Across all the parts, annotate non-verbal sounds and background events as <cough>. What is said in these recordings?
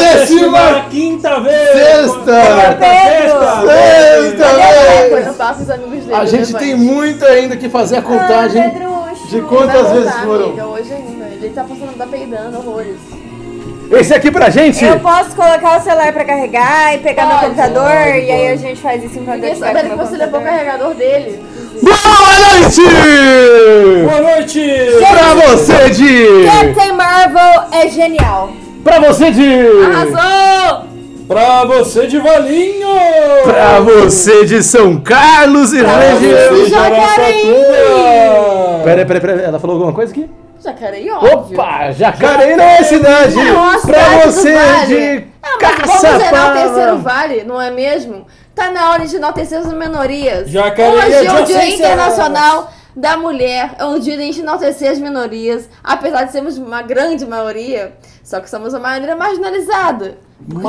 é Quarta, quinta vez! Sexta! Quarta, sexta! Sexta! é Olha, quando passa os amigos dele. A gente né, tem mãe? muito ainda que fazer a contagem. Ah, Pedrucho, de quantas vai voltar, vezes foram? Amiga, hoje ainda. Ele tá passando, tá peidando horrores. Esse aqui pra gente! Eu posso colocar o celular pra carregar e pegar Pode. meu computador e aí a gente faz isso enquanto eu tiver Fiquei com sabendo que meu você levou o computador. carregador dele. Boa noite! Boa noite! Pra você de... Captain Marvel é genial. Pra você de... Arrasou! Pra você de Valinho! Pra você de São Carlos e região! você. Jacareí! Peraí, peraí, peraí, ela falou alguma coisa aqui? Jacareí, é óbvio. Opa, Jacareí não é cidade! É uma cidade Pra do você vale. de... Ah, mas vamos zerar o terceiro Caçapava! vale, não é mesmo? Tá na hora de enaltecer as minorias. Jacareí Hoje é o Dia adjacência. Internacional da Mulher, é um dia de a gente enaltecer as minorias, apesar de sermos uma grande maioria, só que somos uma maioria marginalizada. Porque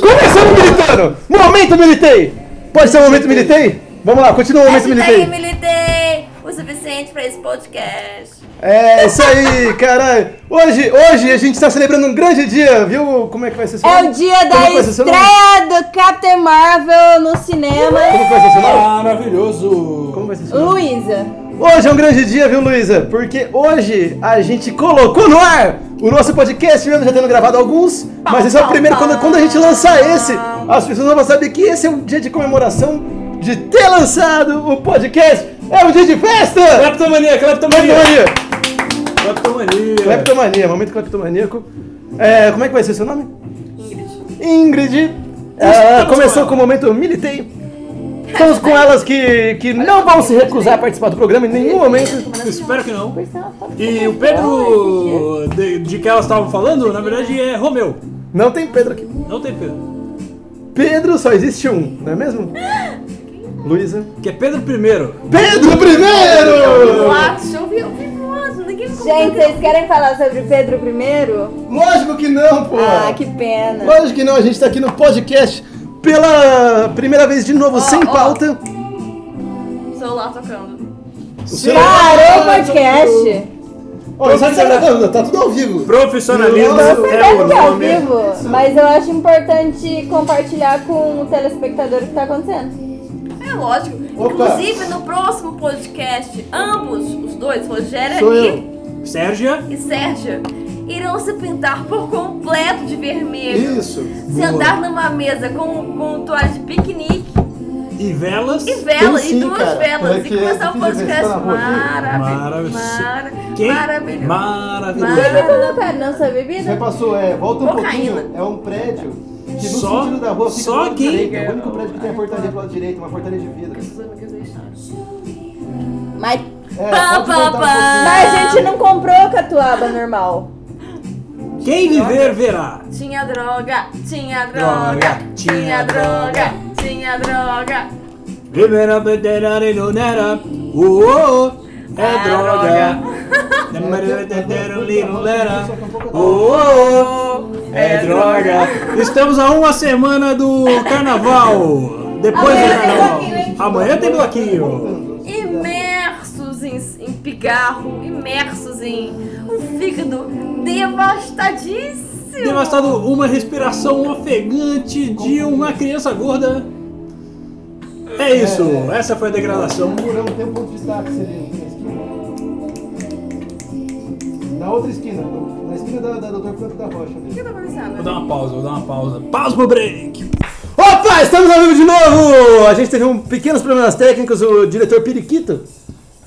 Maioria. Começando militando! Momento militei! Pode ser o momento militei? Vamos lá, continua o momento militei! Hashtag militei o suficiente pra esse podcast. É, isso aí, caralho. Hoje, hoje a gente tá celebrando um grande dia, viu? Como é que vai ser seu É nome? o dia Como é da que vai ser seu nome? estreia do Captain Marvel no cinema. Como que vai ser seu nome? Como Maravilhoso! vai ser seu nome? Luísa. Hoje é um grande dia, viu, Luísa? Porque hoje a gente colocou no ar o nosso podcast, mesmo já tendo gravado alguns, mas esse é o primeiro. Quando, quando a gente lançar esse, as pessoas vão saber que esse é um dia de comemoração de ter lançado o podcast. É um dia de festa! Cleptomania, cleptomania! Cleptomania! Cleptomania! Cleptomania, momento cleptomaníaco. É, como é que vai ser seu nome? Ingrid. Ingrid. Ela Estamos com começou ela. com o momento militei. Estamos com elas que, que não vão se recusar a participar do programa em nenhum momento. Espero que não. E o Pedro, de, de que elas estavam falando, na verdade é Romeu. Não tem Pedro aqui. Não tem Pedro. Pedro só existe um, não é mesmo? Luísa. Que é Pedro primeiro. Pedro primeiro! Boatos, eu vi, eu vi boatos, ninguém me contou. Gente, vocês querem falar sobre o Pedro primeiro? Lógico que não, pô! Ah, que pena. Lógico que não, a gente tá aqui no podcast pela primeira vez de novo, sem ó. pauta. Celular tocando. O Parou o podcast. Olha, sabe o que tá gravando? Tá tudo ao vivo. Profissionalismo Nossa, é o Sabe que é ao nome. vivo, mas eu acho importante compartilhar com o telespectador o que tá acontecendo. É lógico. Opa. Inclusive, no próximo podcast, ambos, os dois, Rogério Sou e, eu. Sérgia. e Sérgio, irão se pintar por completo de vermelho. Isso. Sentar numa mesa com, com toalha de piquenique E velas. e vela, Tem sim, e duas cara. Como é velas. que e é? Tem começar o que pensar podcast na rua aqui? maravilhoso. Maravilhoso. Maravilhoso. Quem? Maravilhoso. Maravilhoso. Ah. Maravilhoso. Colocaram na sua bebida? passou, é, volta um Cocaína. pouquinho, é um prédio que no Só- sentido da rua fica só pro lado quem- direito, é o único prédio que tem a portaria pro lado direito, uma portaria de vidro. Mas, É, Pá, pode pá, voltar um pá. pouquinho. mas ah. a gente não comprou catuaba normal. Quem viver, verá. Tinha droga, tinha droga, tinha droga, tinha droga. Primeira bandeira e não era. Uou, Uh, é droga. <laughs> Primeira bandeira e não era. Uou, Uh, é droga. Estamos a uma semana do carnaval. Depois do Amanhã tem um carnaval. bloquinho, hein? Amanhã tem bloquinho. Imersos em, em pigarro, imersos em um fígado devastadíssimo. Devastado uma respiração ofegante de uma criança gorda. É isso, essa foi a degradação. Murão tem um ponto de táxi ali na esquina. Na outra esquina, na esquina da, da Dr. Franco da Rocha ali. Vou dar uma pausa, vou dar uma pausa. Pausa pro break! Opa, estamos ao vivo de novo! A gente teve um pequenos problemas técnicos, o diretor Periquito,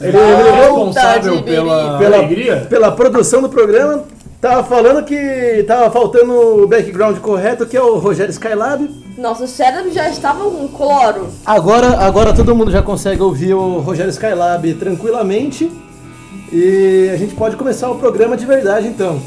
Ele é responsável pela, pela, alegria? pela produção do programa, tava falando que tava faltando o background correto, que é o Rogério Skylab. Nossa, o cérebro já estava com cloro. Agora, agora todo mundo já consegue ouvir o Rogério Skylab tranquilamente e a gente pode começar o programa de verdade então.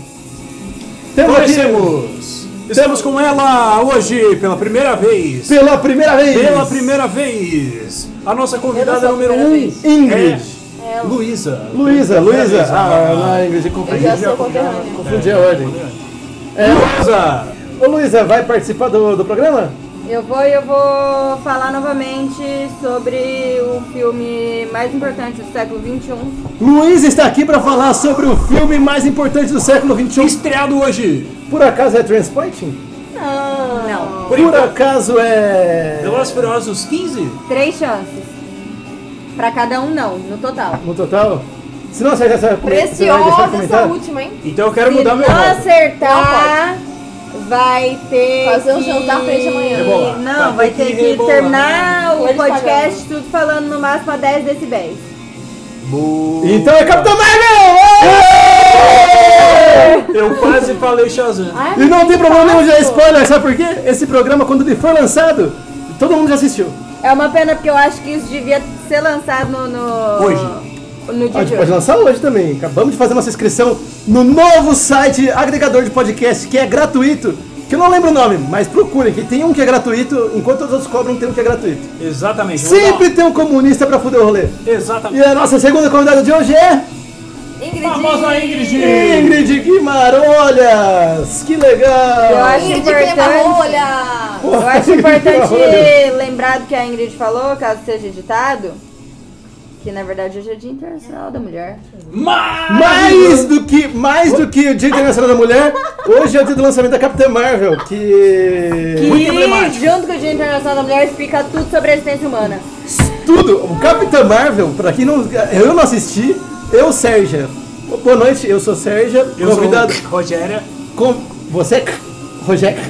Temos aqui Comecemos! Estamos com ela hoje pela primeira vez. pela primeira vez. Pela primeira vez! A nossa convidada Pela número primeira um vez. Ingrid. é Luísa. Luísa, Luísa. Ah, Ah, não, Ingrid, Eu confundi. já sou conterrânea. Confundi a ordem. Luísa! Ô Luísa, vai participar do, do programa? Eu vou eu vou falar novamente sobre o filme mais importante do século um. XXI. Luísa está aqui para falar sobre o filme mais importante do século um. XXI. Estreado hoje! Por acaso é Transpointing? Não, Não. Por Por enquanto, acaso é. Velozes e Furiosos 15? Três chances. Pra cada um, não, no total. No total? Se não acertar essa se não acertar esse Preciosa essa comentário, última, hein? Então eu quero Se mudar não meu voto. acertar, Tá? vai ter Fazer um que- jantar pra eles amanhã. É Rebolar. Não, Vai vai, ter ter que que, rebolar. terminar o Eles podcast tudo falando no máximo a 10 decibéis. Boa. Então é Capitão Marvel! Eu quase falei Shazam. E não tem problema nenhum de dar spoiler, sabe por quê? Esse programa, quando ele for lançado, todo mundo já assistiu. É uma pena porque eu acho que isso devia ser lançado no... no- Hoje. No dia A de gente pode hoje. lançar hoje também. Acabamos de fazer nossa inscrição no novo site agregador de podcast, que é gratuito. Que eu não lembro o nome, mas procurem, que tem um que é gratuito, enquanto os outros cobram, tem um que é gratuito. Exatamente. vamos lá. Sempre tem um comunista pra fuder o rolê. E Exatamente. a nossa segunda convidada de hoje é... Famosa Ingrid. Ingrid Guimarães! Que legal! Eu Então, acho Ingrid importante- Cremarolha! Eu acho <laughs> importante lembrar do que a Ingrid falou, caso seja editado, que na verdade hoje é Dia Internacional da Mulher. Mas... Mais do que, mais do que o Dia Internacional da Mulher, hoje é o dia do lançamento da Capitã Marvel, que... Muito E emblemático. junto com o Dia Internacional da Mulher explica tudo sobre a existência humana. Tudo! O Capitã Marvel, pra quem não... Eu não assisti, eu, Sérgio. Boa noite, eu sou Sérgio, Eu convidado... sou o Rogéria. Com... Você, Rogério?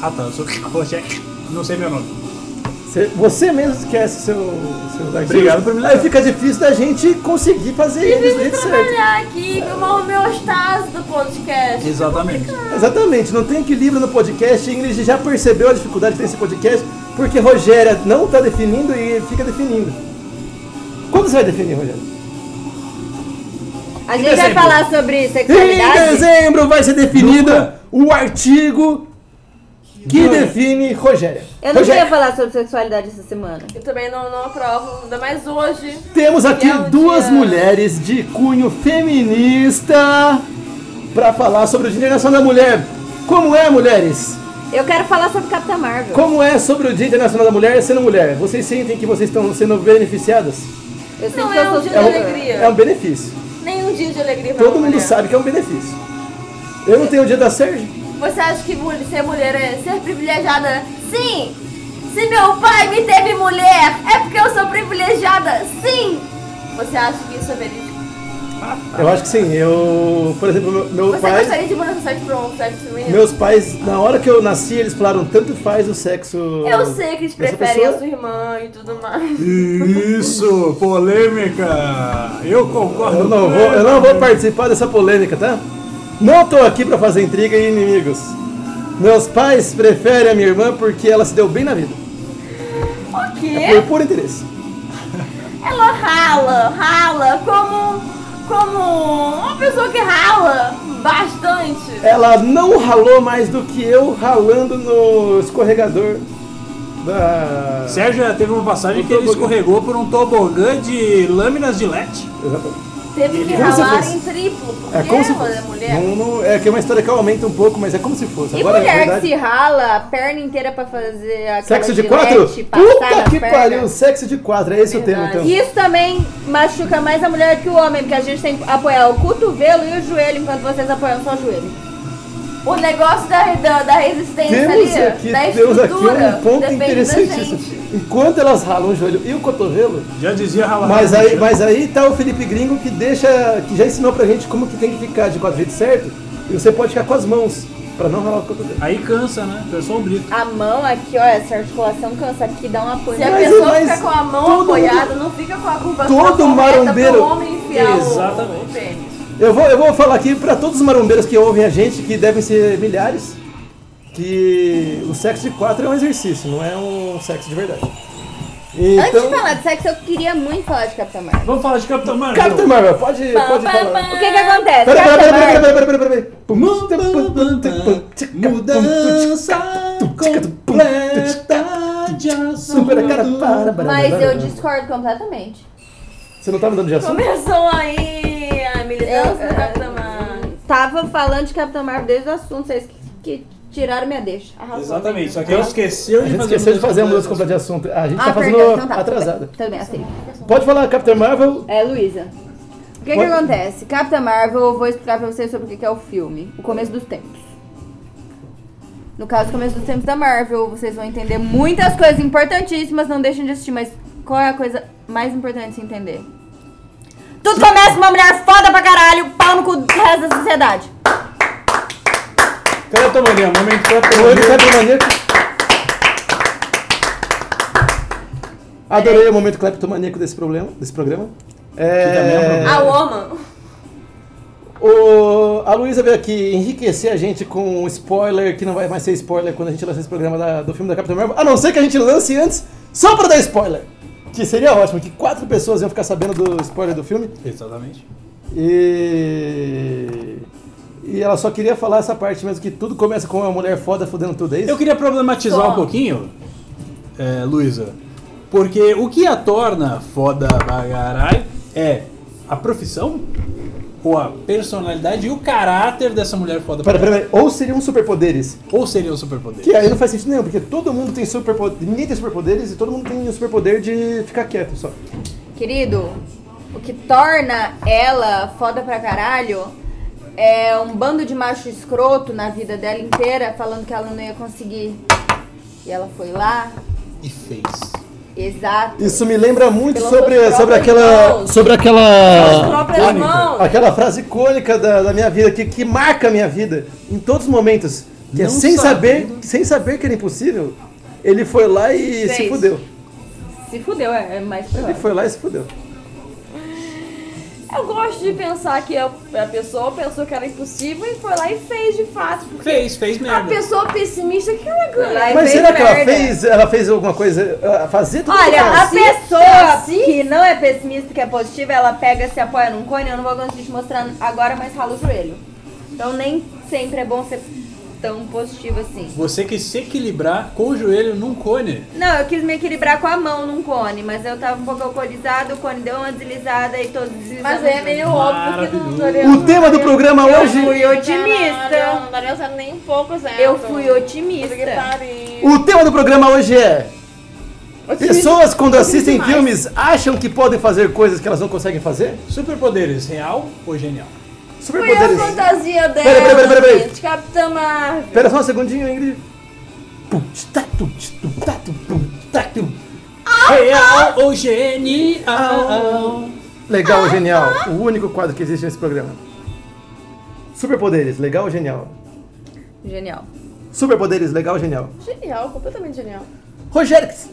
Ah tá, eu sou o Rogéria. Não sei meu nome. Você- Você mesmo esquece seu, seu Dark Obrigado Souls. por me lembrar. Aí fica difícil da gente conseguir fazer eles Preciso dentro certo. trabalhar aqui, é uma homeostase do podcast. Exatamente. Exatamente, não tem equilíbrio no podcast. Ingrid já percebeu a dificuldade que tem esse podcast, porque Rogéria não tá definindo e fica definindo. Quando você vai definir, Rogéria? A Em gente vai dezembro. falar sobre Em sexualidade. dezembro vai ser definida o artigo que define Rogéria. Eu não Rogéria, queria falar sobre sexualidade essa semana. Eu também não, não aprovo, ainda mais hoje. Temos aqui é o duas dia- mulheres de cunho feminista pra falar sobre o Dia Internacional da Mulher. Como é, mulheres? Eu quero falar sobre Capitã Marvel. Como é sobre o Dia Internacional da Mulher sendo mulher? Vocês sentem que vocês estão sendo beneficiadas? Eu sinto Não que é eu sou um dia de super- alegria. É um benefício. Nenhum dia de alegria pra Todo uma mundo mulher. sabe que é um benefício. Eu não tenho o dia da Sérgio. Você acha que mul- ser mulher é ser privilegiada? Sim! Se meu pai me teve mulher, é porque eu sou privilegiada? Sim! Você acha que isso é verídico? Eu acho que sim. Eu, por exemplo, meu, meu Ah. Você pai, gostaria de mudar seu sexo pra um sexo feminino? meus pais, na hora que eu nasci, eles falaram tanto faz o sexo. Eu sei que eles dessa preferem a pessoa. sua irmã e tudo <laughs> mais. Isso, polêmica. Eu concordo. Eu não vou, eu não vou participar dessa polêmica, tá? Não tô aqui pra fazer intriga e inimigos. Meus pais preferem a minha irmã porque ela se deu bem na vida. O quê? Foi por interesse. Ela rala, rala, como, como uma pessoa que rala bastante. Ela não ralou mais do que eu ralando no escorregador da. Sérgio já teve uma passagem Um que ele tobogã. escorregou por um tobogã de lâminas de LED. Exatamente. Teve que Como se ralar fosse. em triplo, porque É como se ela fosse. é mulher. Não, não- é que é uma história que aumenta um pouco, mas é como se fosse. E Agora, na mulher verdade, que se rala a perna inteira pra fazer a sexo de quatro? Puta que pariu, sexo de quatro. É esse o Verdade. tema, então. Isso também machuca mais a mulher que o homem, porque a gente tem que apoiar o cotovelo e o joelho, enquanto vocês apoiam só o joelho. O negócio da, da, da resistência Temos ali, aqui, da temos aqui estrutura, um ponto depende da interessantíssimo. gente. Enquanto elas ralam o joelho e o cotovelo, Já dizia ralar. Mas aí, mas aí tá o Felipe Gringo que deixa. que já ensinou pra gente como que tem que ficar de quatro jeitos certo. E você pode ficar com as mãos, pra não ralar o cotovelo. Aí cansa, né? Eu sou um brito. A mão aqui, ó, essa articulação cansa aqui, dá um apoio. Se a Mas- pessoa mas fica com a mão todo apoiada, não fica com a curva todo marombeiro- pro homem enfiar o Exatamente. o pênis. Eu vou, eu vou falar aqui pra todos os marombeiros que ouvem a gente, que devem ser milhares, que o sexo de quatro é um exercício, não é um sexo de verdade. Antes Então. de falar de sexo, eu queria muito falar de Capitã Marvel. Vamos falar de Capitão Marvel. Capitão Marvel, pode, pode falar. O que que acontece? Pera, pera, Capitã pera, pera, Marvel... pera, pera, pera, pera. Mudança completa de Super cara, para, para, Mas para, eu é? para. discordo completamente. Você não tá mudando de assunto? Começou aí a Eu- É, militância é, do Capitã Marvel. Tava falando de Capitã Marvel desde o assunto, vocês que, que tiraram minha deixa. Arrasou, Exatamente, só que eu esqueceu A de gente fazer esqueceu de fazer a mudança completa de assunto. A gente tá fazendo perdão, então tá. atrasada. Também aceito. Pode falar, Capitão Marvel. É, Luísa. O que, que Pode- acontece? é Capitã Marvel, eu vou explicar pra vocês sobre o que, que é o filme. O começo dos tempos. No caso, começo dos tempos da Marvel, vocês vão entender muitas coisas importantíssimas, não deixem de assistir, mas qual é a coisa mais importante de se entender? Tudo começa com uma mulher foda pra caralho, pau no cu do resto da sociedade. Cleptomania, momento Foi do cleptomania. Cleptomaníaco. Adorei o momento cleptomaníaco desse, problema, desse programa. Que também é um É, problema. A woman. o, a Luísa veio aqui enriquecer a gente com um spoiler, que não vai mais ser spoiler quando a gente lançar esse programa da- do filme da Capitã Marvel, a não ser que a gente lance antes, só pra dar spoiler. Que seria ótimo, que quatro pessoas iam ficar sabendo do spoiler do filme. Exatamente. E. E ela só queria falar essa parte mesmo, que tudo começa com uma mulher foda fodendo tudo, é isso? Eu queria problematizar Só. um pouquinho, é, Luísa, porque o que a torna foda bagarai é a profissão ou a personalidade e o caráter dessa mulher foda pra Pera, pera, pera. Ou seriam superpoderes. caralho. Ou seria um superpoder? Que aí não faz sentido nenhum, porque todo mundo tem superpoder. Ninguém tem superpoderes e todo mundo tem o superpoder de ficar quieto só. Querido, o que torna ela foda pra caralho é um bando de macho escroto na vida dela inteira falando que ela não ia conseguir. E ela foi lá, E fez. exato. Isso me lembra muito Pelas sobre, suas sobre próprias aquela. mãos. Sobre aquela. Próprias Mônica. mãos. Aquela frase icônica da, da minha vida, que, que marca a minha vida em todos os momentos. Que é Não sem saber, sabendo. sem saber que era impossível, ele foi lá e se Fez. fudeu. Se fudeu, é, é mais Ele provável. foi lá e se fudeu. Eu gosto de pensar é que a, a pessoa pensou que era impossível e foi lá e fez de fato. Porque Fez, fez a merda. pessoa pessimista o que ela ganha. Aí Mas fez será que ela merda. fez, ela fez alguma coisa. ah, Fazer tudo que Olha, a faz. pessoa que não é pessimista, que é positiva, ela pega, se apoia num cone. Eu não vou conseguir te mostrar agora, mas rala o joelho. Então nem sempre é bom ser tão positivo assim. Você quis se equilibrar com o joelho num cone. Não, eu quis me equilibrar com a mão num cone, mas eu tava um pouco alcoolizada, o cone deu uma deslizada e todos deslizando. Mas é meio óbvio que não daria. O tema do programa Eu hoje. fui Caralho, otimista. Não daria certo nem um pouco certo. Eu fui Puta que otimista. pariu. O tema do programa hoje é. Pessoas quando assistem filmes acham que podem fazer coisas que elas não conseguem fazer? Superpoderes, real ou genial? Foi a Superpoderes. é fantasia dela, Peraí, peraí, peraí, peraí. gente. Capitã Marvel. Espera só um segundinho, Ingrid. Pum, tchá, tum, tchá, tum, tá, tum, pum, tá, tum. é, Real ou genial? Legal ou genial? O único quadro que existe nesse programa. Superpoderes, legal ou genial? Genial. Superpoderes, legal ou genial? Genial, completamente genial. Rogerix,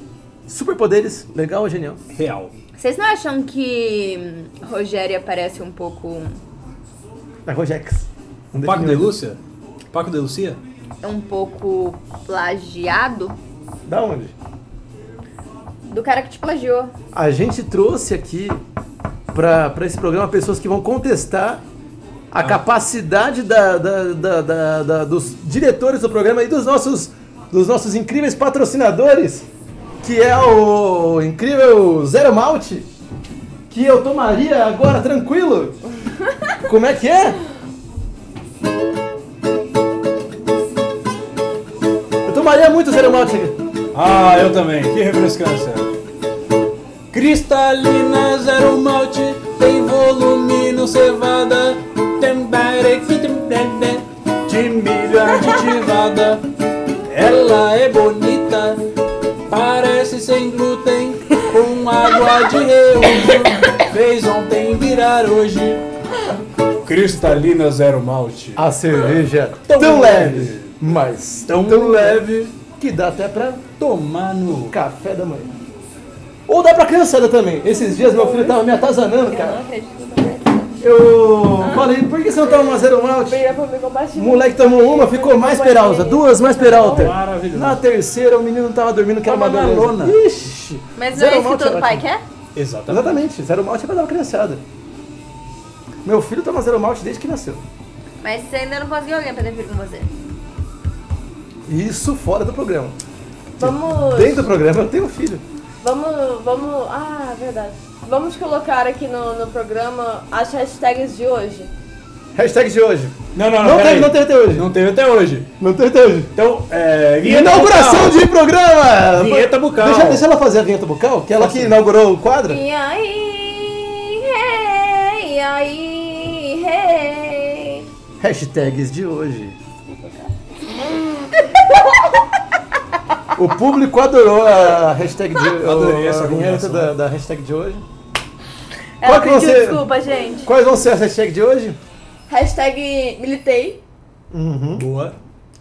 superpoderes, legal ou genial? Real. Vocês não acham que hum, Rogéria parece um pouco É Rogerix. Um Paco de definido. Lúcia? Paco de Lucia? um pouco plagiado Da onde? do cara que te plagiou? A gente trouxe aqui pra pra esse programa pessoas que vão contestar a capacidade da- da- da- da- da- dos diretores do programa e dos nossos, dos nossos incríveis patrocinadores, que é o incrível Zero Malte, que eu tomaria agora tranquilo. Como é que é? Eu tomaria muito Zero Malte. Ah, eu também. Que refrescância. Cristalina zero malte, tem volume no cevada, tem bareque, tem bebê, de milho aditivada. Ela é bonita, parece sem glúten, com água de reuso, fez ontem virar hoje. Cristalina zero malte. A cerveja Tão Ah, tão, leve. leve, mas Tão tão, leve que dá até pra Tomar no café da manhã. Ou dá pra criançada também. Esses dias meu filho tava me atazanando, cara. Eu falei, por que você não toma uma zero malte? O moleque tomou uma, ficou mais peralta, duas mais peralta. Maravilhoso. Na terceira o menino tava dormindo que era Toma na madalena. lona. Ixi! Mas não zero é isso que malte todo pai ótimo. quer? Exatamente. Exatamente, zero malte é pra dar uma criançada. Meu filho toma zero malte desde que nasceu. Mas você ainda não conseguiu alguém pra ter filho com você. Isso fora do programa. Vamos. Dentro do programa eu tenho um filho. Vamos, vamos. Ah, verdade. Vamos colocar aqui no, no programa as hashtags de hoje. Hashtag de hoje. Não, não, não. Não peraí. teve, não teve até hoje. Não teve até hoje. Não teve até hoje. Então, é. vinheta Inauguração musical. de programa! Vinheta bucal. Deixa, deixa ela fazer a vinheta bucal, que ela que inaugurou o quadro. E aí, hey, e aí, hey. Hashtags de hoje. O público adorou a hashtag de Adorei essa a vinheta combinação. da, da hashtag de hoje. Ela Qual que É, pediu você- desculpa, gente. Quais vão ser as hashtags de hoje? Hashtag militei. Uhum. Boa.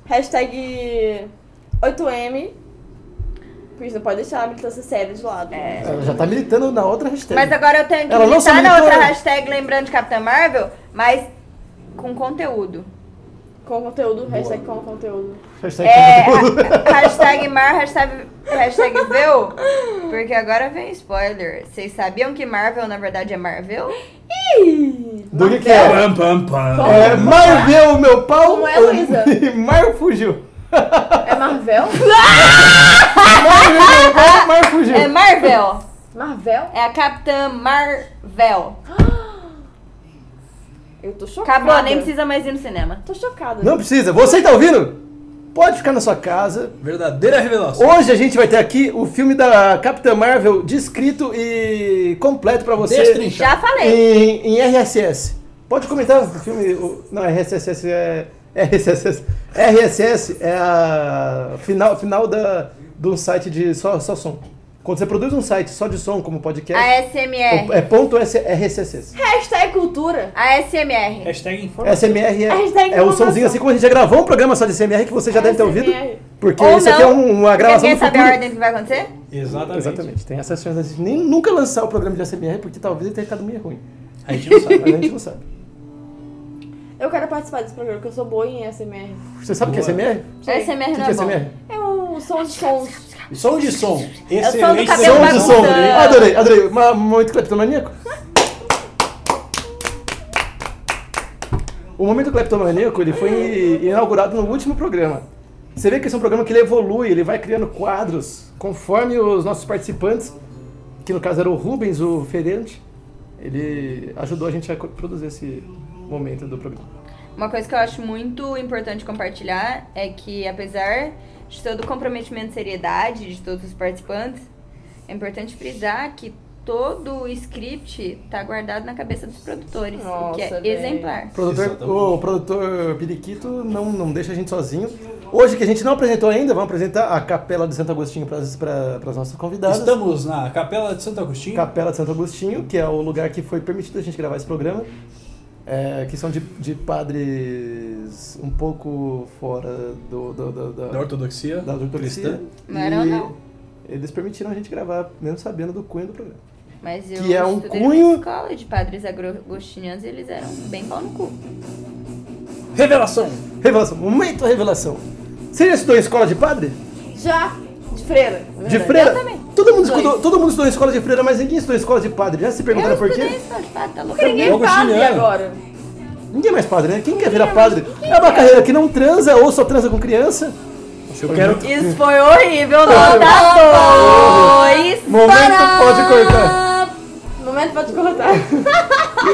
Hashtag 8M. Porque não pode deixar a militância séria de lado. É. Ela já tá militando na outra hashtag. Mas agora eu tenho que Ela não se militar na militou, outra né? hashtag, lembrando de Capitã Marvel, mas com conteúdo. Com conteúdo, hashtag com conteúdo. Hashtag É, ha- hashtag Mar, hashtag, hashtag Vel, porque agora vem spoiler. Vocês sabiam que Marvel, na verdade, é Marvel? Do que que é? Pam, pam, pam. É, Marvel, meu pau. Como é, Luísa? <laughs> E Mar fugiu. É Marvel? Marvel, meu pau, Mar fugiu. É Marvel. Marvel? É a Capitã Marvel. Eu tô chocada. Acabou, nem precisa mais ir no cinema. Tô chocada. Não precisa. Você que tá ouvindo? Pode ficar na sua casa. Verdadeira revelação. Hoje a gente vai ter aqui o filme da Capitã Marvel descrito e completo pra você. Já falei. em, em RSS. Pode comentar o filme. o- Não, RSS é. RSS. RSS é a final, final da, do site de só, só som. Quando você produz um site só de som, como É. Ah, podcast, ASMR. é ponto S- RSS. Hashtag é cultura. ASMR. Hashtag informação. SMR tá Hashtag é, é o informação. somzinho assim como a gente já gravou um programa só de SMR que você já É, deve ter ouvido. ASMR. Porque Ou isso não, aqui é um- uma Você gravação quer do saber a futuro. ordem que vai acontecer? Exatamente. Exatamente. Tem essas chances de nem nunca lançar o programa de SMR porque talvez ele tenha ficado meio ruim. A gente não sabe. né? Mas a gente não sabe. Eu quero participar desse programa, porque eu sou boa em ASMR. Você sabe o que é Boa. SMR? ASMR O que não que é é bom. SMR? É um som de sons. Som de som. o som do Excelente cabelo Som de bagunçando. som. um Adorei, adorei. Uma, momento cleptomaníaco. O momento cleptomaníaco ele foi inaugurado no último programa. Você vê que esse é um programa que ele evolui, ele vai criando quadros conforme os nossos participantes, que no caso era o Rubens, o Ferente, ele ajudou a gente a co- produzir esse momento do programa. Uma coisa que eu acho muito importante compartilhar é que, apesar de todo o comprometimento e seriedade de todos os participantes, é importante frisar que todo o script tá guardado na cabeça dos produtores, o que é Nossa, velho. exemplar. O produtor, Exatamente. o produtor Periquito não, não deixa a gente sozinho. Hoje, que a gente não apresentou ainda, vamos apresentar a Capela de Santo Agostinho para as nossas convidadas. Estamos na Capela de Santo Agostinho. Capela de Santo Agostinho, que é o lugar que foi permitido a gente gravar esse programa, é, que são de, de padres um pouco fora do, do- do- da, Da ortodoxia. da ortodoxia. cristã. Não era, E não. Eles permitiram a gente gravar, mesmo sabendo do cunho do programa. Mas eu Que é um estudei cunho- numa escola de padres agostinianos e eles eram bem pau no cu. Revelação. Revelação, momento revelação. Você já estudou em escola de padre? Já. De freira. na De verdade. freira? É Eu também. Todo mundo, Os estudou, dois. todo mundo estudou em escola de freira, mas ninguém estudou em escola de padre. Já se perguntaram Eu por estudei quê? escola de padre, tá louco? Ninguém Logo padre chileno. agora. Ninguém é mais padre, né? Quem quer virar padre? É uma carreira que não transa ou só transa com criança. Eu quero Isso foi horrível, Foi. nota dois Momento para- pode cortar. Momento pra te cortar.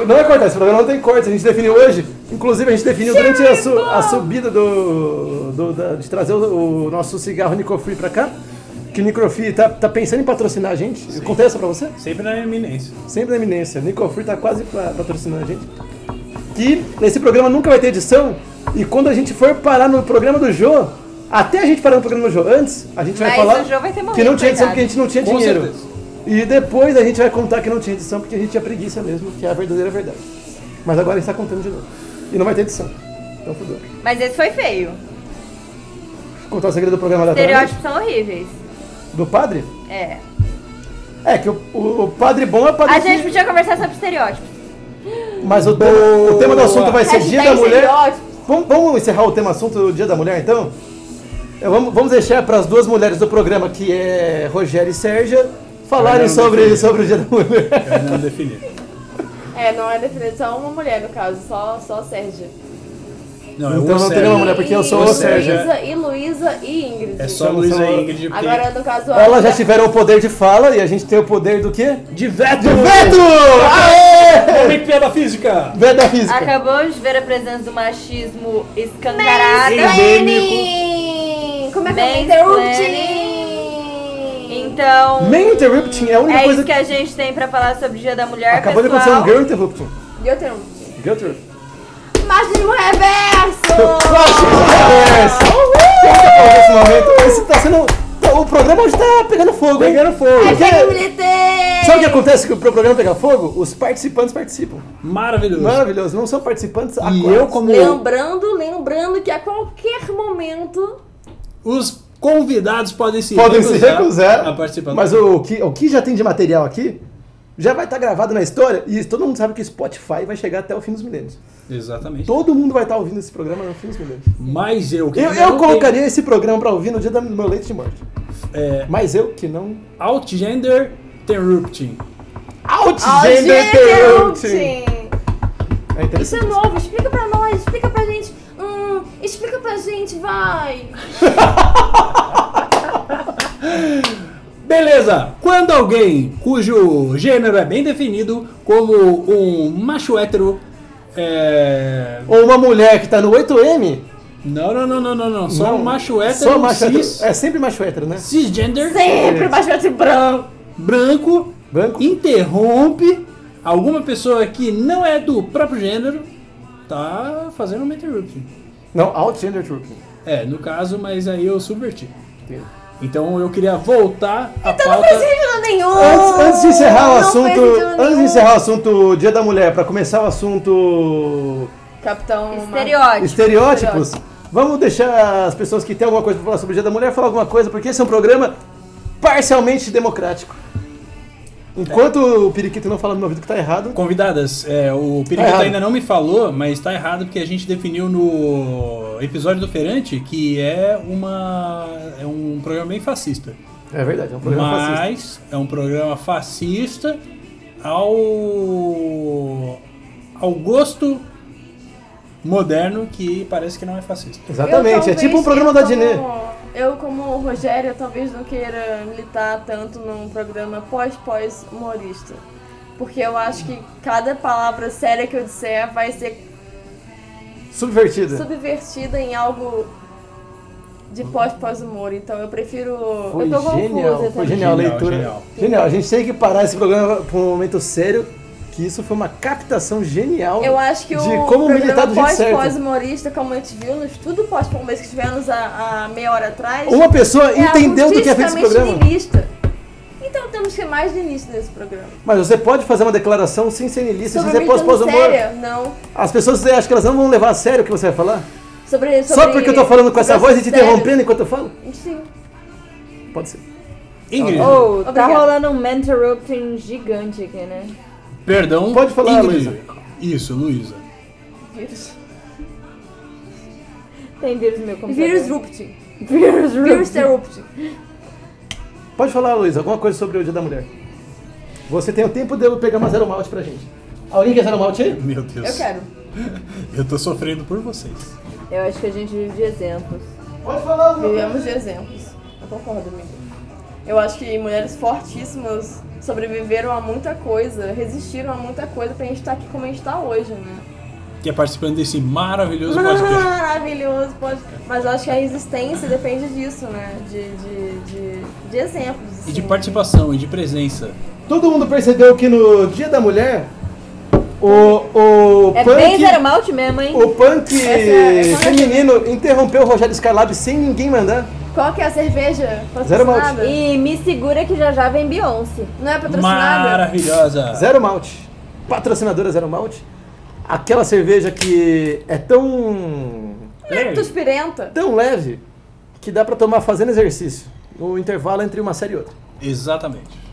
Não é cortar, esse programa não tem corte, a gente definiu hoje. Inclusive, a gente definiu durante a, su- a subida do, do- da- de trazer o, o nosso cigarro Nicofree pra cá. Que o Nicofree tá, tá pensando em patrocinar a gente. Acontece pra você? sempre na eminência. Sempre na eminência. Nicofree tá quase pra- patrocinando a gente. Que esse programa nunca vai ter edição. E quando a gente for parar no programa do Jô, até a gente parar no programa do Jô antes, a gente vai Mas falar o Jô vai ter que não morrido, tinha edição coitado. porque a gente não tinha Com dinheiro. certeza. E depois a gente vai contar que não tinha edição porque a gente tinha preguiça mesmo, que é a verdadeira verdade. Mas agora a gente tá contando de novo. E não vai ter edição. Então fudeu. Mas esse foi feio. Contar o segredo do programa da tarde? Estereótipos são horríveis. Do padre? É. É, que o, o- o padre bom é o padre A que- gente podia conversar sobre estereótipos. Mas o tema, o tema do assunto vai ser Dia da Hashtag Mulher. estereótipo. Vamos, vamos encerrar o tema assunto do Dia da Mulher, então? É, vamos, vamos deixar para as duas mulheres do programa, que é Rogério e Sérgia, falarem Fernando sobre, Filho. sobre o Dia da Mulher. Eu não defini. É, não é definido só uma mulher, no caso, só, só Sérgio. Não, eu Então vou não sério. tem uma mulher, porque eu sou Ou o Sérgio. seja, Luísa e Luísa e Ingrid. É só Luiz São- e Ingrid. porque- Agora, no caso, a- Elas já tiveram o poder de fala e a gente tem o poder do quê? De veto! Do veto! Aê! Homem piada física! Veto da física. Acabamos de ver a presença do machismo escancarado. Planning! Como é que é? Interrupting! Então, Man Interrupting é a única é coisa isso que a gente tem pra falar sobre o Dia da Mulher, Acabou de pessoal. acontecer um Girl Interrupting. E eu tenho. Girl Interrupting. Machismo reverso! Flash Reverso! Esse momento, esse tá sendo... tá- O fogo. Pegando fogo. Hashtag militei! Sabe o que acontece pro programa pegar fogo? Os participantes participam. Maravilhoso. Maravilhoso. Não são participantes E aquáticos. eu, como Lembrando, lembrando que a qualquer momento os convidados podem se Podem se recusar. a participar. Mas o que, o que já tem de material aqui já vai estar gravado na história e todo mundo sabe que o Spotify vai chegar até o fim dos milênios. Exatamente. Todo mundo vai estar ouvindo esse programa no fim dos milênios. Mas eu que Eu, não eu tenho- colocaria esse programa pra ouvir no dia da- do meu leite de morte. é, Mas eu que não. Outgender Interrupting. Outgender Interrupting! É Isso é interessante. novo, explica pra nós, explica pra gente. Hum, explica pra gente, vai. Beleza! Quando alguém cujo gênero é bem definido como um macho hétero. É... Ou uma mulher que tá no 8M. Não, não, não, não, não, não. Só não, um macho hétero. Só macho hétero. cis, É sempre macho hétero, né? Cisgender. Sempre mais pra branco. branco Branco. interrompe alguma pessoa que não é do próprio gênero, tá fazendo uma interruption. Não, Outgender Interrupting. É, no caso, mas aí eu subverti. Então eu queria voltar à pauta. Então, Não faz sentido nenhum. Antes, antes de encerrar o Não faz assunto, sentido antes de nenhum. encerrar o assunto Dia da Mulher, pra começar o assunto Capitão. Estereótipo. estereótipos, vamos deixar as pessoas que têm alguma coisa pra falar sobre o Dia da Mulher falar alguma coisa, porque esse é um programa parcialmente democrático. Enquanto o periquito não fala no meu ouvido que tá errado, Convidadas, é, o Periquito Tá errado. ainda não me falou, mas tá errado porque a gente definiu no episódio do Ferante que é uma é um programa bem fascista. é verdade, é um programa fascista. mas é um programa fascista ao ao gosto moderno que parece que não é fascista. Exatamente, é tipo um programa da Diné. Eu, como o Rogério, talvez não queira militar tanto num programa pós-pós-humorista. Porque eu acho que cada palavra séria que eu disser vai ser Subvertida. subvertida em algo de pós-pós-humor. Então eu prefiro. Foi eu tô genial, confusa. foi tá? genial a Genial, leitura. Genial. genial. a gente tem que parar esse programa por um momento sério, que isso foi uma captação genial. Eu acho que o De como militar programa do jeito certo. pós-pós-humorista, como a gente viu no estudo pós-pós que tivemos há, há meia hora atrás, Uma pessoa é entendeu do que é feito esse acusticamente programa. niilista. Então temos que ser mais niilista nesse programa. Mas você pode fazer uma declaração sem ser niilista, sem Sobre ser militando pós-pós-humor. séria, não. As pessoas acham que elas não vão levar a sério o que você vai falar? Sobre, Só sobre- porque eu tô falando com essa sobre voz e te sério. interrompendo enquanto eu falo? Sim. Pode ser. Ingrid, Oh, tá Obrigada. rolando um Mentorrupting gigante aqui, né? perdão. Pode falar, Ingrid. Luísa. Isso, Luísa. Tem vírus no meu computador. Vírus Rupt. Vírus Vírus Rupt. Rupt. Pode falar, Luiz, alguma coisa sobre o Dia da Mulher. Você tem o tempo de eu pegar uma zero malte pra gente. Alguém quer zero malte aí? Meu Deus. Eu quero. Eu tô sofrendo por vocês. Eu acho que a gente vive de exemplos. Pode falar, Luiz. Vivemos de exemplos. Eu concordo, amigo. Eu acho que mulheres fortíssimas sobreviveram a muita coisa, resistiram a muita coisa pra gente estar aqui como a gente tá hoje, né? Que é participando desse maravilhoso podcast. Maravilhoso, pode. Mas eu acho que a resistência depende disso, né? De, de, de, de exemplos. E assim. de participação, e de presença. Todo mundo percebeu que no Dia da Mulher, o, o É punk... bem zero malte mesmo, hein? o punk é- essa é- feminino interrompeu o Rogério Skylab sem ninguém mandar. Qual que é a cerveja? Zero malte. Patrocinada? E me segura que já já vem Beyoncé. Não é patrocinada? Maravilhosa. Zero Malte. Patrocinadora Zero Malte. Aquela cerveja que é tão É Leptospirenta. tão leve que dá pra tomar fazendo exercício no intervalo entre uma série e outra. Exatamente.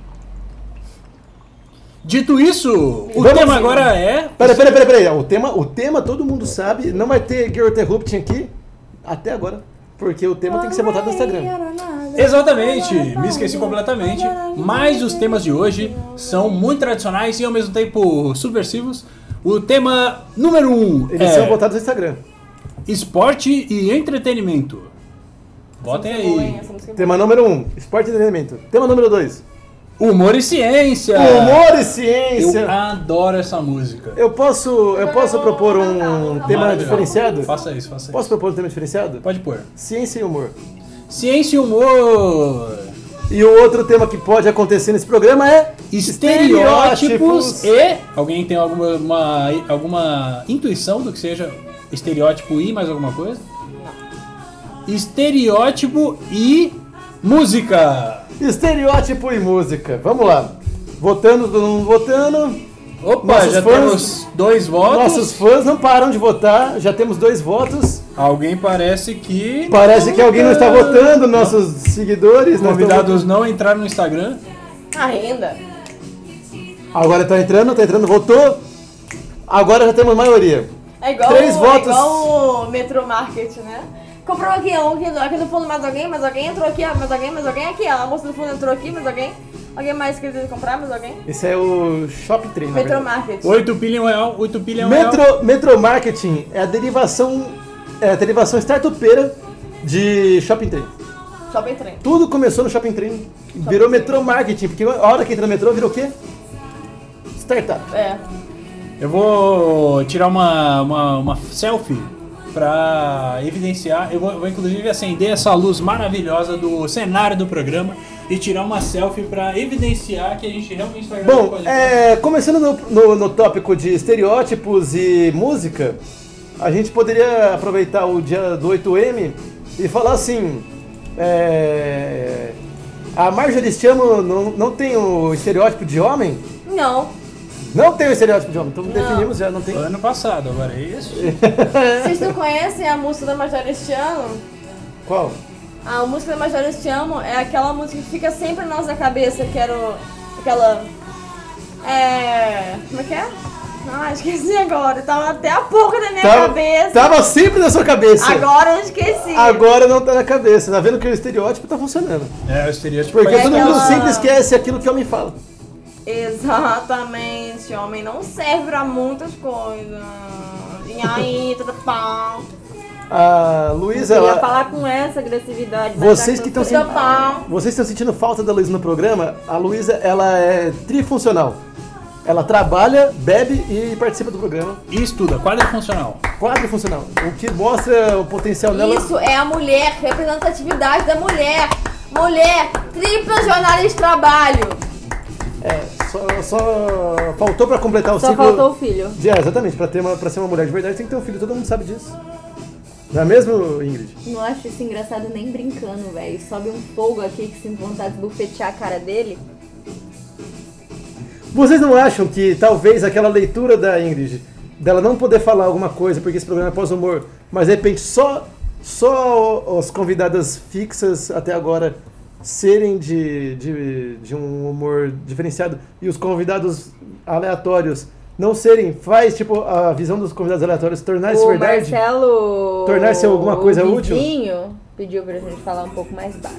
Dito isso, o Vamos Tá tema sim. agora é. Pera, pera, pera, pera. O tema, o tema todo mundo sabe, não vai ter Girl Interrupting aqui até agora, porque o tema tem que ser botado no Instagram. Exatamente, me esqueci completamente. Mas os temas de hoje são muito tradicionais e ao mesmo tempo subversivos. O tema número um Eles é são botados no Instagram. esporte e entretenimento. Botem aí. é Tema número 1, um, esporte e entretenimento. Tema número 2, Humor e ciência. humor e É. Eu ciência. adoro essa música. Eu posso, eu posso propor um tema Maravilhoso. diferenciado? Faça isso, faça isso. Posso propor um tema diferenciado? Pode pôr. Ciência e humor. Ciência e humor. E o outro tema que pode acontecer nesse programa é Estereótipos e. Alguém tem alguma, uma- alguma intuição do que seja estereótipo e mais alguma coisa? Não. Estereótipo e Música! Estereótipo e música. Vamos lá. Votando, todo mundo votando. Opa, Nossos já fãs- temos dois votos. Nossos fãs não param de votar. Já temos dois votos. Alguém parece que. Parece que alguém não está votando. Nossos seguidores. não estão Convidados não entraram no Instagram. Ah, Ainda. votando. Agora tá entrando, tá entrando, votou. Agora já temos maioria. É igual, Três é votos. igual o Metro Market, né? Comprou aqui, ó, aqui, aqui no fundo mais alguém, mais alguém entrou aqui, ó, mais alguém, mais alguém aqui, ó. A moça do fundo entrou aqui, mais alguém. Alguém mais que quer comprar, mais alguém? Esse é o Shop Tree, na Metro verdade. é um Market. 8 bilhão real, 8 bilhão real. Metro, Metro Marketing é a derivação, é a derivação startupeira de Shopping Tree. Shopping trem. Tudo começou no Shopping Tree, virou Metro Marketing, porque a hora que entra no metrô virou o quê? Startup. É. Eu vou tirar uma, uma, uma selfie pra evidenciar. Eu vou, eu vou, inclusive acender essa luz maravilhosa do cenário do programa e tirar uma selfie pra evidenciar que a gente realmente está gravando Bom, podcast. é, começando no, no- no tópico de estereótipos e música, a gente poderia aproveitar o dia do 8M e falar assim. é, a Marjorie Stiamo não, não tem o estereótipo de homem? Não. Não tem o estereótipo de homem, então definimos já, não tem. Ano passado, agora é isso. Vocês não conhecem a música da Major este ano? Qual? A música da Major este ano é aquela música que fica sempre na nossa cabeça, que era o, aquela. É. Como é que é? Ah, esqueci agora. Tava até a pouco na minha cabeça. tava sempre na sua cabeça. Agora eu esqueci. Agora não tá na cabeça, tá vendo que o estereótipo tá funcionando. É, o estereótipo. Porque é todo aquela- mundo aquela- sempre esquece aquilo que o homem fala. Exatamente, homem não serve pra muitas coisas. E aí, tudo pau. A Luísa, Eu ia ela- falar com essa agressividade. vai vocês dar que estão tudo. sen... tá Tudo bom. vocês estão sentindo falta da Luísa no programa, a Luísa ela é trifuncional. Ela trabalha, bebe e participa do programa. E estuda, quadro funcional. Quadrifuncional. O que mostra o potencial dela. Isso é a mulher, representatividade da mulher. Mulher, tripla jornada de trabalho. É, só, só faltou pra completar o Só ciclo. faltou o filho. É, exatamente, pra, ter uma, pra ser uma mulher de verdade tem que ter um filho, todo mundo sabe disso. Não é mesmo, Ingrid? Não acho isso engraçado nem brincando, velho. Sobe um fogo aqui que se vontade de bufetear a cara dele. Vocês não acham que talvez aquela leitura da Ingrid, dela não poder falar alguma coisa porque esse programa é pós-humor, mas de repente só, só as convidadas fixas até agora serem de, de, de um humor diferenciado e os convidados aleatórios não serem, faz tipo a visão dos convidados aleatórios tornar-se o é verdade? Marcelo. Tornar-se alguma coisa o útil? vizinho pediu pra gente falar um pouco mais baixo.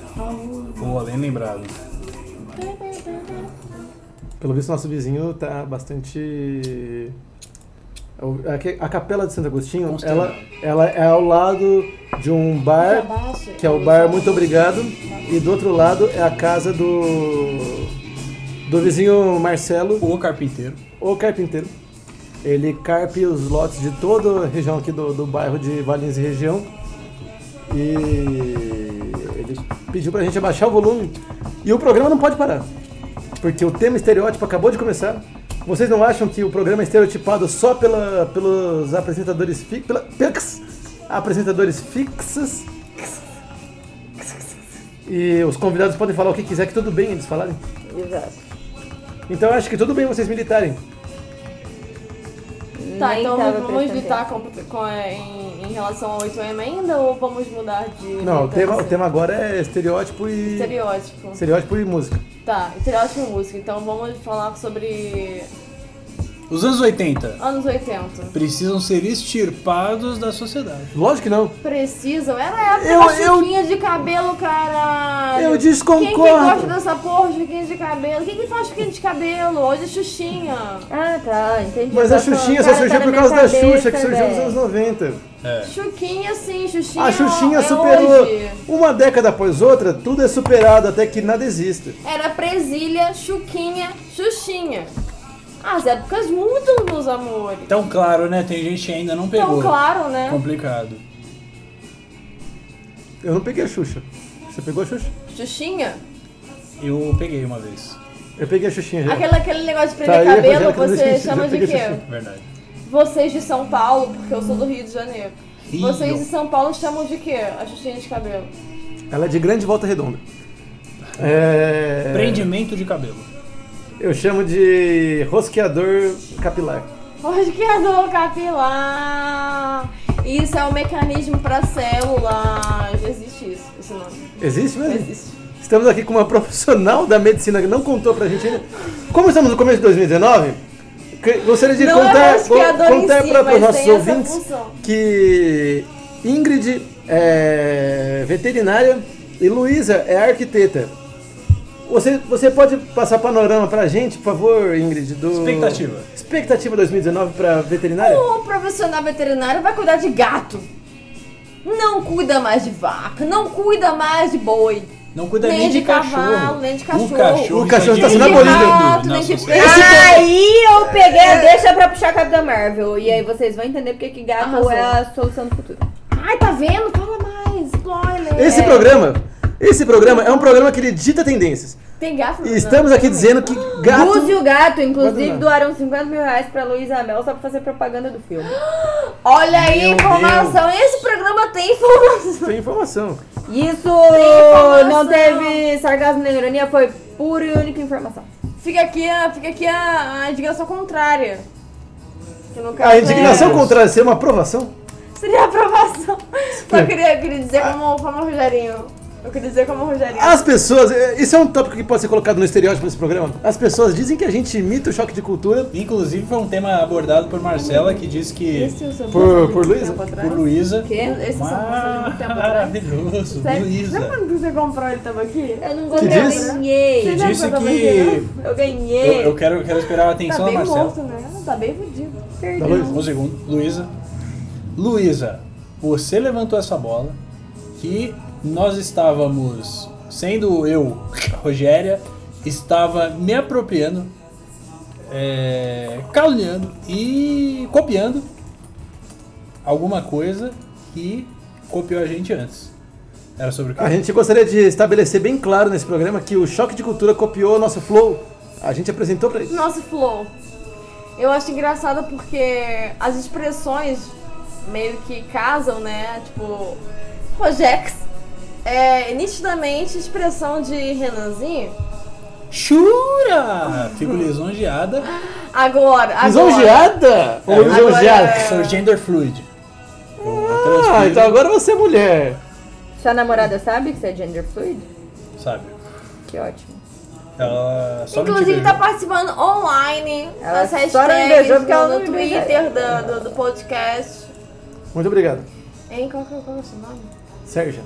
Boa, bem lembrado. Pelo visto, nosso vizinho tá bastante. A que- A capela de Santo Agostinho, Consternado. ela, ela é ao lado de um bar, que é o bar Muito Obrigado, e do outro lado é a casa do do vizinho Marcelo, O carpinteiro. o carpinteiro. Ele carpe os lotes de toda a região aqui do, do bairro de Valinhos e região. E ele pediu pra gente abaixar o volume. E o programa não pode parar. Porque o tema estereótipo acabou de começar. Vocês não acham que o programa é estereotipado só pela, pelos apresentadores fixos? Pela, pix, apresentadores fixos? E os convidados podem falar o que quiser, que tudo bem eles falarem. Exato. Então eu acho que tudo bem vocês militarem. Tá, Nem então tava vamos prestando lutar com, com- é, em, em relação ao 8M ainda ou vamos mudar de. Não, o tema, o de Então, tema? assim, tema agora é estereótipo e. Estereótipo. Estereótipo e música. Tá, estereótipo em música. Então vamos falar sobre Os anos 80 anos 80. precisam ser extirpados da sociedade. Lógico que não. Precisam. Era a época Eu- da eu- chuquinha de cabelo, caralho. Eu Quem que gosta desconcordo. dessa porra de chuquinha de cabelo? Quem que faz chuquinha de cabelo? Hoje é Xuxinha. Ah, tá, entendi. Mas a Tá falando, Xuxinha só cara, surgiu tá por na causa da minha Xuxa, que cabeça, surgiu nos velho. anos 90. Chuquinha sim, Xuxinha. A Xuxinha é superou hoje. uma década após outra, tudo é superado até que nada exista. Era Presília, Chuquinha, Xuxinha. As épocas mudam, meus amores. Então, claro, né? Tem gente que ainda não pegou. Então, claro, né? Complicado. Eu não peguei a Xuxa. Você pegou a Xuxa? Xuxinha? Eu peguei uma vez, Eu peguei a Xuxinha já. Aquele, aquele negócio de Tá prender aí, cabelo, Rogério, você Xuxinha, já chama de peguei quê? Xuxinha. é verdade. Vocês de São Paulo, porque eu sou do Rio de Janeiro. Rio. Vocês de São Paulo chamam de quê? A Xuxinha de cabelo. Ela é de grande volta redonda. É, Prendimento de cabelo. Eu chamo de rosqueador capilar. Rosqueador é capilar. Isso é um mecanismo pra células. Existe isso, esse nome. Existe mesmo? Existe. Estamos aqui com uma <laughs> profissional da medicina que não contou pra gente ainda. Como estamos no começo de 2019, que- gostaria de Não é contar, rosqueador em contar si, para mas os nossos tem essa ouvintes função. que Ingrid é veterinária e Luísa é arquiteta. Você, você pode passar panorama pra gente, por favor, Ingrid? Do... Expectativa. Expectativa 2019 pra veterinária? O profissional veterinário vai cuidar de gato. Não cuida mais de vaca, não cuida mais de boi. Não cuida Nem nem de de cavalo, cachorro. nem de O cachorro. cachorro, O cachorro está tá sendo dividido abolido. Rato, na nem de sociedade. Aí eu peguei a deixa pra puxar Capitã Marvel. E aí vocês vão entender porque que gato Arrasou. é a solução do futuro. Ai, tá vendo? Fala mais. Spoiler. Esse É, programa, esse programa é um programa que ele dita tendências. Tem gato no E programa? estamos aqui dizendo que gato Guzi e o gato, inclusive, Gato não. doaram 50 mil reais pra Luísa Mel só pra fazer propaganda do filme. Olha aí, informação. Esse programa tem informação. tem informação. Isso informação. não teve sarcasmo nem ironia, foi pura e única informação. Fica aqui a, fica aqui ah, a, a indignação contrária. Que no caso A indignação é- contra ser uma aprovação? Seria aprovação. Só queria, queria dizer como, como o Rogerinho. Eu queria dizer como o Rogerinho. As pessoas, é, isso é um tópico que pode ser colocado no estereótipo desse programa. As pessoas dizem que a gente imita o choque de cultura Inclusive foi um tema abordado por Marcela que diz que Esse é o seu por, por Luísa. por Luísa. Esse é o seu muito é tempo atrás. Maravilhoso, Lembra Luísa. quando você comprou ele tambaqui? Eu não gostei, eu diz? ganhei. Disse lembra quando que Eu eu, ganhei. eu quero, eu quero esperar a Tá atenção da bem Marcela. morto, né? Tá bem fudido. Da Luísa. Um segundo, Luísa. Luísa, você levantou essa bola que nós estávamos, sendo eu, <laughs> Rogéria, estava me apropriando, é, caluniando e copiando alguma coisa que copiou a gente antes. Era sobre o que? A gente gostaria de estabelecer bem claro nesse programa que o choque de cultura copiou o nosso flow. A gente apresentou pra eles. Nosso flow. Eu acho engraçado porque as expressões meio que casam, né? Tipo, Rojex é nitidamente expressão de Renanzinho. Jura! Fico lisonjeada. <laughs> Agora, agora. Lisonjeada? Ou eu- É. lisonjeada? Sou gender fluid. Eu Ah, transpiro, então agora você é mulher. Sua namorada sabe que você é gender fluid? Sabe? Que ótimo. Ela só me Inclusive beijou. tá participando online Ela das só não me hashtags beijou no, porque ela não no me Twitter beijou. da- do, do podcast. Muito obrigado. Hein? Qual que é qual que é o seu nome? Sérgio.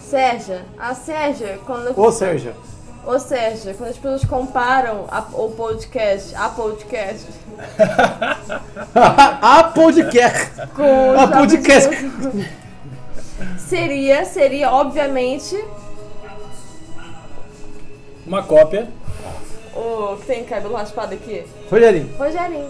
Sérgia. A Sérgia, quando. Ô, Sérgio. Ou seja, quando as pessoas comparam a- o podcast, a podcast, <laughs> a podcast. com os A podcast. outros- Seria, seria, obviamente, tá- Uma cópia o que tem cabelo raspado aqui. Rogerinho. Rogerinho.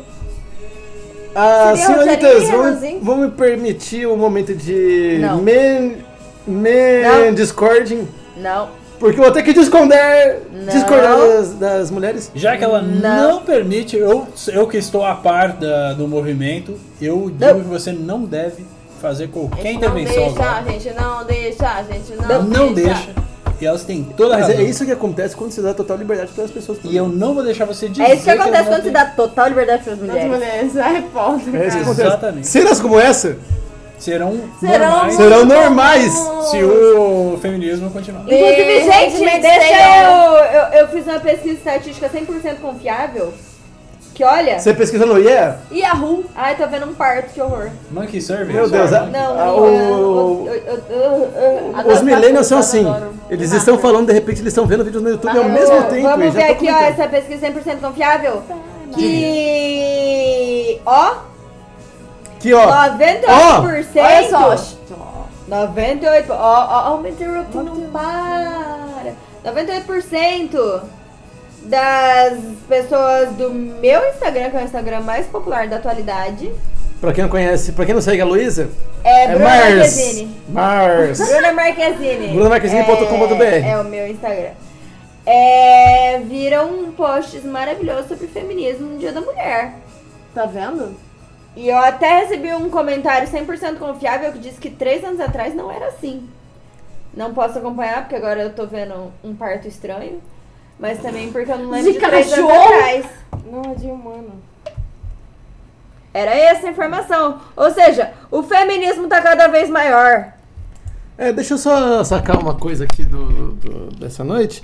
Ah, Seria Rogerinho senhoritas, e vão, Renanzinho? vão me permitir um momento de Não. men, men Não. discording, Não. porque eu vou ter que discordar, Não. discordar das, das mulheres. Já que ela não, Não. permite, eu, eu que estou a par da- do movimento, eu digo Não. que você não deve fazer A qualquer gente não intervenção deixa, agora. a gente não deixa, a gente não, Não, deixa. E elas têm toda a Mas razão. é isso que acontece quando você dá total liberdade para as pessoas. E eu não vou deixar você dizer. É isso que acontece eu não quando se tenho- dá total liberdade pras As mulheres. <laughs> mulheres, a repórter. É isso que acontece. Exatamente. Cenas como essa Serão, Serão- normais serão normais. se o feminismo continuar. Inclusive, gente, Deixa- deixa eu, eu. Eu fiz uma pesquisa estatística 100% confiável. Que olha. Você pesquisa no Yeah? Yahoo! Ai, tô vendo um parto, que horror. Monkey Survey. Meu Deus, Sorry, a- Monkey. Não, Ah, eu- o- eu- eu- eu- eu- eu- Os eu- millennials são eu- assim. adoro. Eles estão falando, de repente, eles estão vendo vídeos no YouTube ao Eu- mesmo tempo. e um Vamos já ver tô aqui, ó, comentando. essa pesquisa 100% confiável. Que. Ó, Aqui, 98%. ó. Olha só. 98%. Ó, ó, ó, o Meteoropo não para. 98% das pessoas do meu Instagram, que é o Instagram mais popular da atualidade, Pra quem não conhece, pra quem não segue a Luísa, é, é Bruna Mars. Marquezine. Mars. Bruna <laughs> Marquezine. brunamarquezine.com.br. É, é o meu Instagram. É, viram posts maravilhosos sobre feminismo no Dia da Mulher. Tá vendo? E eu até recebi um comentário 100% confiável que disse que três anos atrás não era assim. Não posso acompanhar, porque agora eu tô vendo um parto estranho. Mas também porque eu não lembro De de, três anos cachorro? atrás. Não é de humano. Era essa a informação. Ou seja, o feminismo tá cada vez maior. É, deixa eu só sacar uma coisa aqui do, do- dessa noite.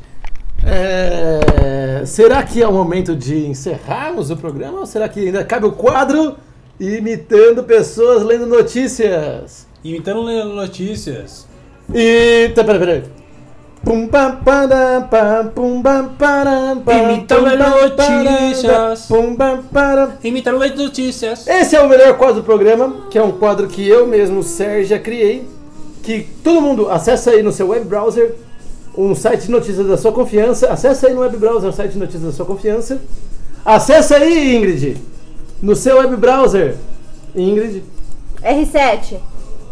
É, será que é o momento de encerrarmos o programa ou será que ainda cabe o quadro imitando pessoas lendo notícias? Imitando lendo notícias. E. Tá, peraí, peraí. Pum, pam, param, pam, pum, pam, param, pam, Imitando pum, pam, notícias. param, pum, pam, param. Imitando lendo notícias. Esse é o melhor quadro do programa, que é um quadro que eu mesmo, Sérgio, criei. Que todo mundo acessa aí no seu web browser, um site de notícias da sua confiança. Acessa aí no web browser o site de notícias da sua confiança. Acessa aí, Ingrid, no seu web browser. Ingrid, R7.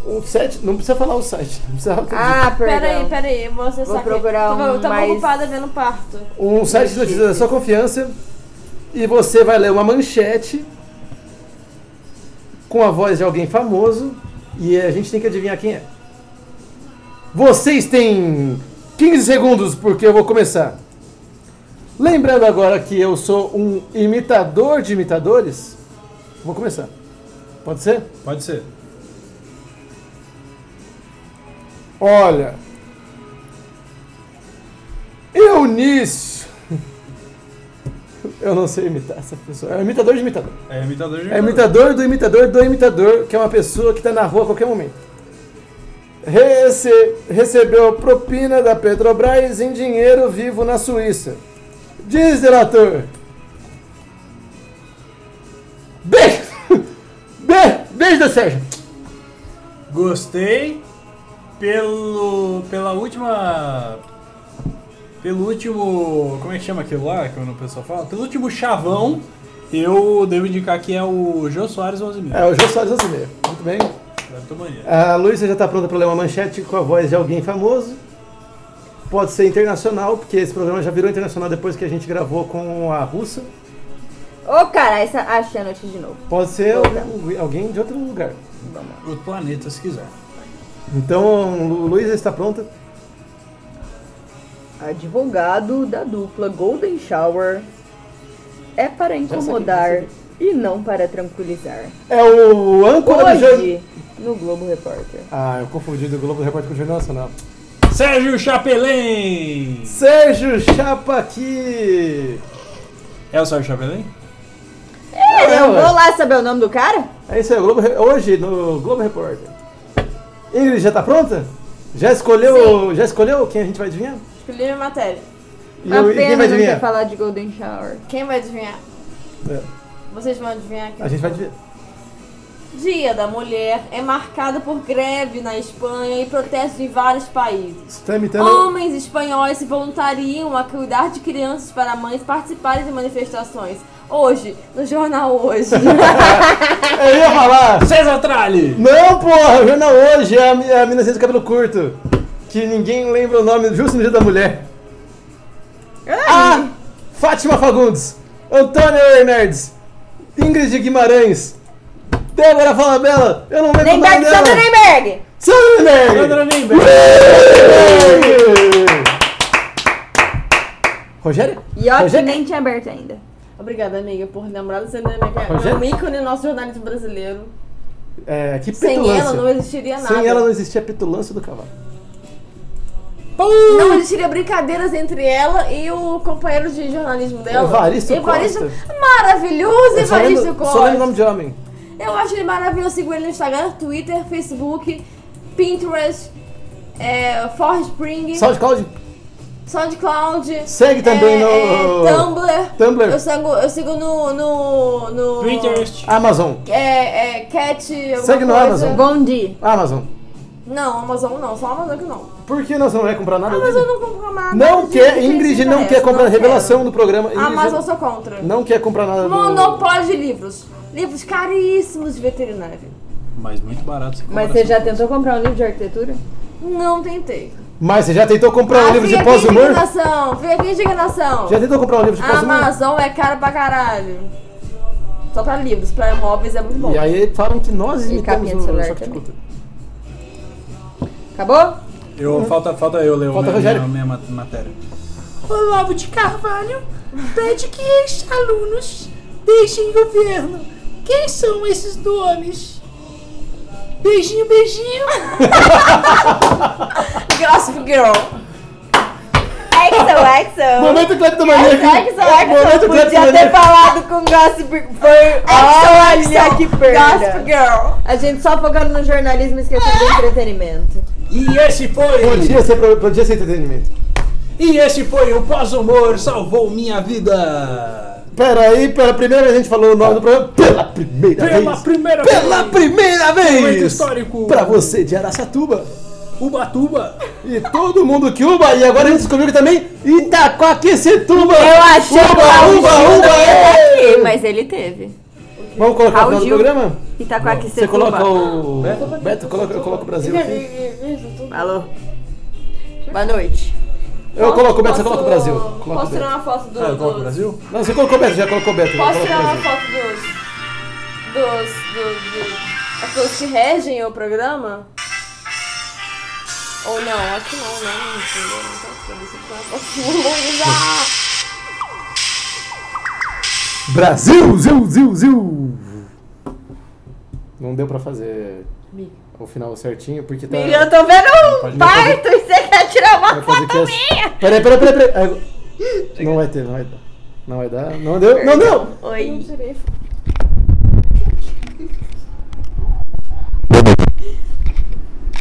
o site, não precisa falar o site, não precisa Ah, perdão. Peraí, peraí, você Vou sabe. procurar um Eu tava mais- ocupada vendo parto. um site de notícias da sua confiança e você vai ler uma manchete com a voz de alguém famoso e a gente tem que adivinhar quem é. Vocês têm 15 segundos porque eu vou começar. Lembrando agora que eu sou um imitador de imitadores, vou começar. Pode ser? Pode ser. Olha, Eunice. <laughs> Eu não sei imitar essa pessoa. É um imitador de imitador. É imitador de É imitador do imitador do imitador, que é uma pessoa que tá na rua a qualquer momento. Rece- recebeu propina da Petrobras em dinheiro vivo na Suíça. Diz delator. Beijo! <laughs> Beijo, beijo do Sérgio! Gostei pelo. pela última. Pelo último. Como é que chama aquilo lá que o pessoal fala? Pelo último chavão, eu devo indicar que é o Jô Soares 11 mil. É, o Jô Soares Azimeiro. Muito bem. Cleptomania. A Luísa já tá pronta para ler uma manchete com a voz de alguém famoso. Pode ser internacional, porque esse programa já virou internacional depois que a gente gravou com a russa. Ô, cara, essa achei a notícia de novo. Pode ser algum- alguém de outro lugar. Outro planeta, se quiser. Então, Lu- Luísa está pronta. Advogado da dupla Golden Shower é para incomodar e não para tranquilizar. É o âncora do jornal. Hoje, no Globo Repórter. Ah, eu confundi do Globo Repórter com o Jornal Nacional. Sérgio Chapelém! Sérgio Chapa aqui! É o Sérgio Chapelém? Eu é, ué. vou lá saber o nome do cara? É isso aí, o Globo Re- hoje no Globo Repórter. Ingrid, já tá pronta? Já escolheu, já escolheu quem a gente vai adivinhar? Escolhi minha matéria. E, o- e quem vai não quer adivinhar? falar de Golden Shower. Quem vai adivinhar? É. Vocês vão adivinhar aqui. A gente vai adivinhar. Dia da Mulher é marcado por greve na Espanha e protestos em vários países. Você tá imitando. Oh, Homens espanhóis se voluntariam a cuidar de crianças para mães participarem de manifestações. Hoje, no jornal Hoje. Eu ia falar! César Tralli! Não, porra! O jornal hoje é a, mi- a mina de cabelo curto. Que ninguém lembra o nome justo no dia da mulher. Ah! Fátima Fagundes! Antônio Hernandes! Ingrid Guimarães! Débora Falabella! Eu não lembro o nome Lemberg, dela! Sandra Lemberg! Sandra Nenberg! Sandra Lindbergh! Rogério? E ó, que Rogério? nem tinha aberto ainda. <laughs> Obrigada, amiga, por lembrar do cinema, que é Rogério? um ícone no nosso jornalismo brasileiro. É, que Sem petulância. ela não existiria nada. Sem ela não existia a petulância do cavalo. Não existiria brincadeiras entre ela e o companheiro de jornalismo dela. Evaristo Evaristo Costa. Maravilhoso Eu só Evaristo lembro- Costa. Só lembro o nome de homem. Eu acho ele maravilhoso. Eu sigo ele no Instagram, Twitter, Facebook, Pinterest, é, Forspring, SoundCloud? SoundCloud. Segue também é, no- é, Tumblr. Tumblr. Eu sigo, eu sigo no. no, no Pinterest! Amazon. É, é, Cat. alguma Segue no coisa. Amazon. Bom dia. Amazon. Não, Amazon não, só Amazon que não. Por que nós não vai comprar nada? Amazon dele? não compra nada. Não gente, quer, gente, Ingrid isso não interessa, quer comprar não revelação do programa. quero. Ingrid Amazon eu sou contra. não quer comprar nada do Monopólio de livros. Livros caríssimos de veterinário. Mas muito barato. essa Mas comparação. você já tentou comprar um livro de arquitetura? Não tentei. Mas você já tentou comprar um Ah, livro de fica aqui pós-humor? indignação, fica aqui indignação. Já tentou comprar um livro de A pós-humor? Amazon é cara pra caralho. Só pra livros, pra imóveis é muito bom. E aí falam que nós E capinha imitamos de o celular Choque de também. Cultura. Acabou? Eu, falta, falta eu ler o Falta meu- Rogério. minha, minha mat- matéria. Olavo de Carvalho pede que ex-alunos deixem governo. Quem são esses nomes? Beijinho, beijinho. Gossip Girl. Exo, exo. Momento cleptomaníaco. Exo, Momento exo. Podia ter cleptomaníaco. falado com Gossip Foi. Olha que Gossip perda. Girl. A gente só focando no jornalismo e esquecendo <laughs> do entretenimento. E esse foi. Podia ser, pro- podia ser entretenimento. E esse foi o pós-humor salvou minha vida. Pera aí, pela primeira vez a gente falou o nome do programa. Pela primeira Pela vez. primeira Pela vez. primeira Momento vez. histórico. Pra você de Araçatuba. Ubatuba. E todo mundo que uba. E agora a gente descobriu que também Itaquaquecetuba. Eu achei uba, que o Raul uba, Gil uba, não é. ia aqui, mas ele teve. Vamos colocar o Raul final do Gil. programa? Itaquaquecetuba. Você coloca o. Beto, coloca, eu coloco o Brasil aqui. Alô. Boa noite. Eu coloco o Beto, você Posso- coloca o Brasil. Coloca o Posso Beto. tirar uma foto do. Ah, eu coloco do- o Brasil? Não, você colocou o Beto, já colocou o Beto. já Posso colocou o tirar uma Brasil. foto dos. dos. dos. dos as pessoas que regem o programa? Ou não? Acho que não, né? Não entendeu, não tá entendendo. Isso aqui é uma foto muito longa. Brasil, ziu, ziu, ziu. Não deu pra fazer o final certinho, porque tá... <laughs> Eu tô vendo Pode um não fazer- parto e você quer tirar uma vai fazer foto cast- minha? Peraí, peraí, peraí, peraí. Ai, Não vai ter, não vai dar. Não vai dar, não deu, não deu. Oi.